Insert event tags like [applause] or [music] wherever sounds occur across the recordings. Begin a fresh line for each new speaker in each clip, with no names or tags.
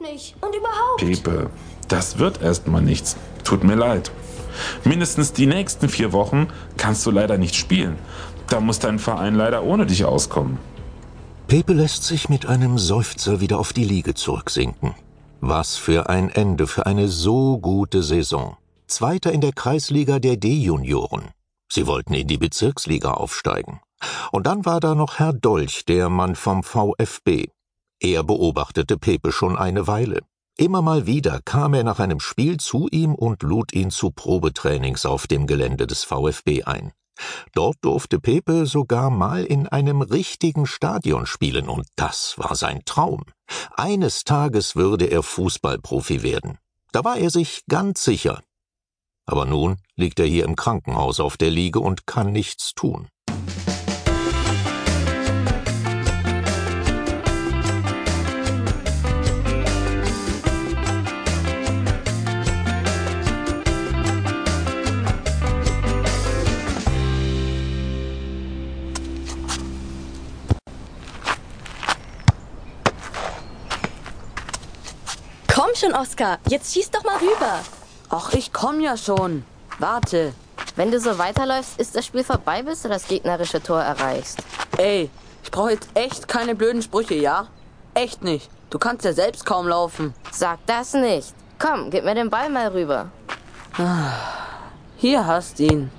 nicht. Und überhaupt.
Pepe, das wird erstmal nichts. Tut mir leid. Mindestens die nächsten vier Wochen kannst du leider nicht spielen. Da muss dein Verein leider ohne dich auskommen.
Pepe lässt sich mit einem Seufzer wieder auf die Liege zurücksinken. Was für ein Ende für eine so gute Saison. Zweiter in der Kreisliga der D-Junioren. Sie wollten in die Bezirksliga aufsteigen. Und dann war da noch Herr Dolch, der Mann vom VfB. Er beobachtete Pepe schon eine Weile. Immer mal wieder kam er nach einem Spiel zu ihm und lud ihn zu Probetrainings auf dem Gelände des VfB ein. Dort durfte Pepe sogar mal in einem richtigen Stadion spielen, und das war sein Traum. Eines Tages würde er Fußballprofi werden. Da war er sich ganz sicher. Aber nun liegt er hier im Krankenhaus auf der Liege und kann nichts tun.
Komm schon, Oskar, jetzt schieß doch mal rüber.
Ach, ich komm ja schon. Warte.
Wenn du so weiterläufst, ist das Spiel vorbei, bis du das gegnerische Tor erreichst.
Ey, ich brauche jetzt echt keine blöden Sprüche, ja? Echt nicht. Du kannst ja selbst kaum laufen.
Sag das nicht. Komm, gib mir den Ball mal rüber.
Hier hast ihn.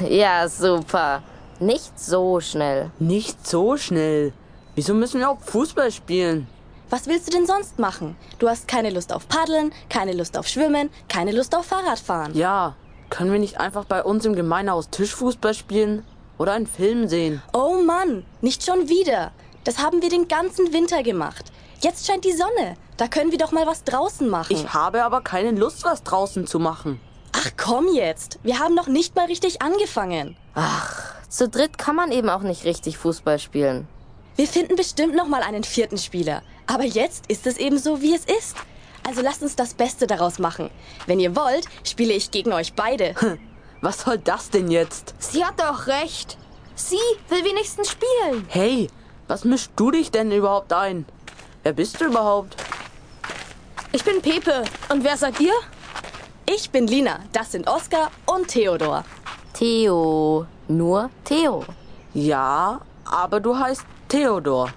Ja, super. Nicht so schnell.
Nicht so schnell. Wieso müssen wir auch Fußball spielen?
Was willst du denn sonst machen? Du hast keine Lust auf Paddeln, keine Lust auf Schwimmen, keine Lust auf Fahrradfahren.
Ja, können wir nicht einfach bei uns im Gemeinhaus Tischfußball spielen? Oder einen Film sehen?
Oh Mann, nicht schon wieder. Das haben wir den ganzen Winter gemacht. Jetzt scheint die Sonne. Da können wir doch mal was draußen machen.
Ich habe aber keine Lust, was draußen zu machen.
Ach komm jetzt. Wir haben noch nicht mal richtig angefangen.
Zu dritt kann man eben auch nicht richtig Fußball spielen.
Wir finden bestimmt noch mal einen vierten Spieler. Aber jetzt ist es eben so, wie es ist. Also lasst uns das Beste daraus machen. Wenn ihr wollt, spiele ich gegen euch
[laughs]
beide.
Was soll das denn jetzt?
Sie hat doch recht. Sie will wenigstens spielen.
Hey, was mischst du dich denn überhaupt ein? Wer bist du überhaupt?
Ich bin Pepe. Und wer seid ihr?
Ich bin Lina, das sind Oskar und Theodor.
Theo. Nur Theo.
Ja, aber du heißt Theodor.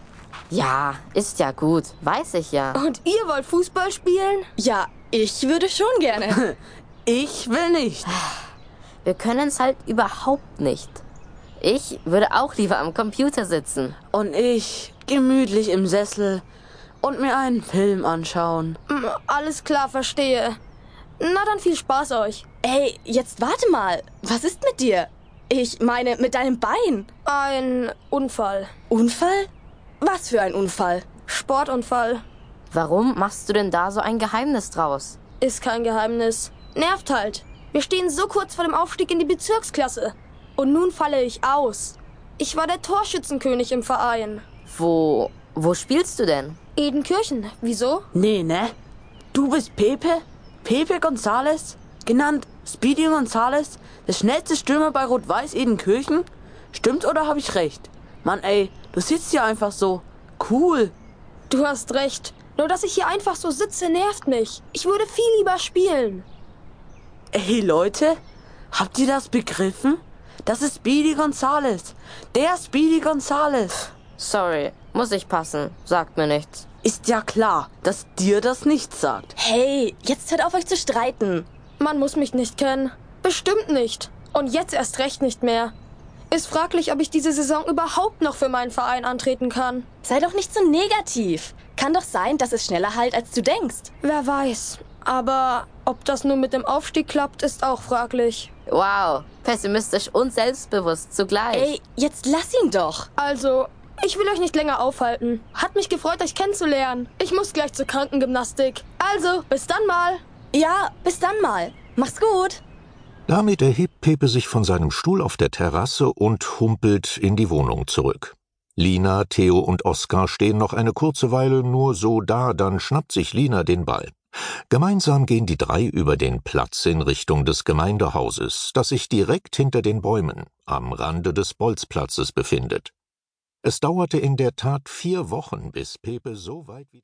Ja, ist ja gut. Weiß ich ja.
Und ihr wollt Fußball spielen?
Ja, ich würde schon
[laughs]
gerne.
Ich will nicht.
Wir können es halt überhaupt nicht. Ich würde auch lieber am Computer sitzen.
Und ich gemütlich im Sessel und mir einen Film anschauen.
Hm, Alles klar, verstehe. Na dann viel Spaß euch.
Ey, jetzt warte mal. Was ist mit dir? Ich meine, mit deinem Bein.
Ein Unfall.
Unfall? Was für ein Unfall?
Sportunfall.
Warum machst du denn da so ein Geheimnis draus?
Ist kein Geheimnis. Nervt halt. Wir stehen so kurz vor dem Aufstieg in die Bezirksklasse. Und nun falle ich aus. Ich war der Torschützenkönig im Verein.
Wo. Wo spielst du denn?
Edenkirchen. Wieso?
Nee, ne? Du bist Pepe? Pepe Gonzales? Genannt Speedy Gonzales? Der schnellste Stürmer bei Rot-Weiß Edenkirchen? Stimmt oder habe ich recht? Mann, ey, du sitzt hier einfach so. Cool.
Du hast recht. Nur dass ich hier einfach so sitze, nervt mich. Ich würde viel lieber spielen.
Ey, Leute, habt ihr das begriffen? Das ist Speedy Gonzales. Der Speedy Gonzales.
Sorry, muss ich passen. Sagt mir nichts.
Ist ja klar, dass dir das nichts sagt.
Hey, jetzt hört auf euch zu streiten.
Man muss mich nicht kennen. Bestimmt nicht. Und jetzt erst recht nicht mehr. Ist fraglich, ob ich diese Saison überhaupt noch für meinen Verein antreten kann.
Sei doch nicht so negativ. Kann doch sein, dass es schneller halt, als du denkst.
Wer weiß. Aber ob das nun mit dem Aufstieg klappt, ist auch fraglich.
Wow, pessimistisch und selbstbewusst zugleich.
Ey, jetzt lass ihn doch.
Also, ich will euch nicht länger aufhalten. Hat mich gefreut, euch kennenzulernen. Ich muss gleich zur Krankengymnastik. Also, bis dann mal.
Ja, bis dann mal. Mach's gut.
Damit erhebt Pepe sich von seinem Stuhl auf der Terrasse und humpelt in die Wohnung zurück. Lina, Theo und Oskar stehen noch eine kurze Weile nur so da, dann schnappt sich Lina den Ball. Gemeinsam gehen die drei über den Platz in Richtung des Gemeindehauses, das sich direkt hinter den Bäumen am Rande des Bolzplatzes befindet. Es dauerte in der Tat vier Wochen, bis Pepe so weit wie